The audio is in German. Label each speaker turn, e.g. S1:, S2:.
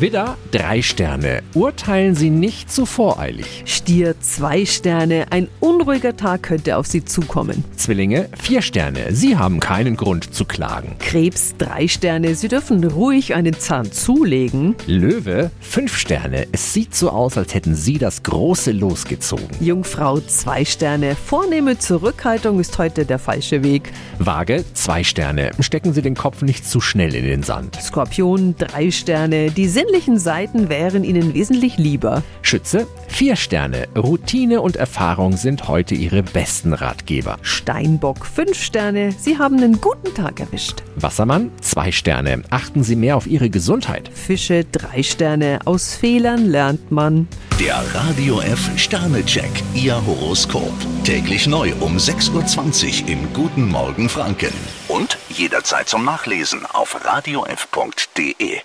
S1: Widder, drei Sterne. Urteilen Sie nicht zu voreilig.
S2: Stier zwei Sterne, ein unruhiger Tag könnte auf Sie zukommen.
S1: Zwillinge, vier Sterne. Sie haben keinen Grund zu klagen.
S2: Krebs drei Sterne, Sie dürfen ruhig einen Zahn zulegen.
S1: Löwe, fünf Sterne. Es sieht so aus, als hätten Sie das Große losgezogen.
S2: Jungfrau zwei Sterne, vornehme Zurückhaltung ist heute der falsche Weg.
S1: Waage, zwei Sterne. Stecken Sie den Kopf nicht zu schnell in den Sand.
S2: Skorpion drei Sterne, die sinnlichen Seiten wären Ihnen wesentlich lieber.
S1: Schütze, vier Sterne. Routine und Erfahrung sind heute Ihre besten Ratgeber.
S2: Steinbock fünf Sterne, Sie haben einen guten Tag erwischt.
S1: Wassermann, zwei Sterne. Achten Sie mehr auf Ihre Gesundheit.
S2: Fische drei Sterne, aus Fehlern lernt man.
S3: Der Radio F Sternecheck, Ihr Horoskop. Täglich neu um 6.20 Uhr im Guten Morgen Franken. Und jederzeit zum Nachlesen auf radiof.de.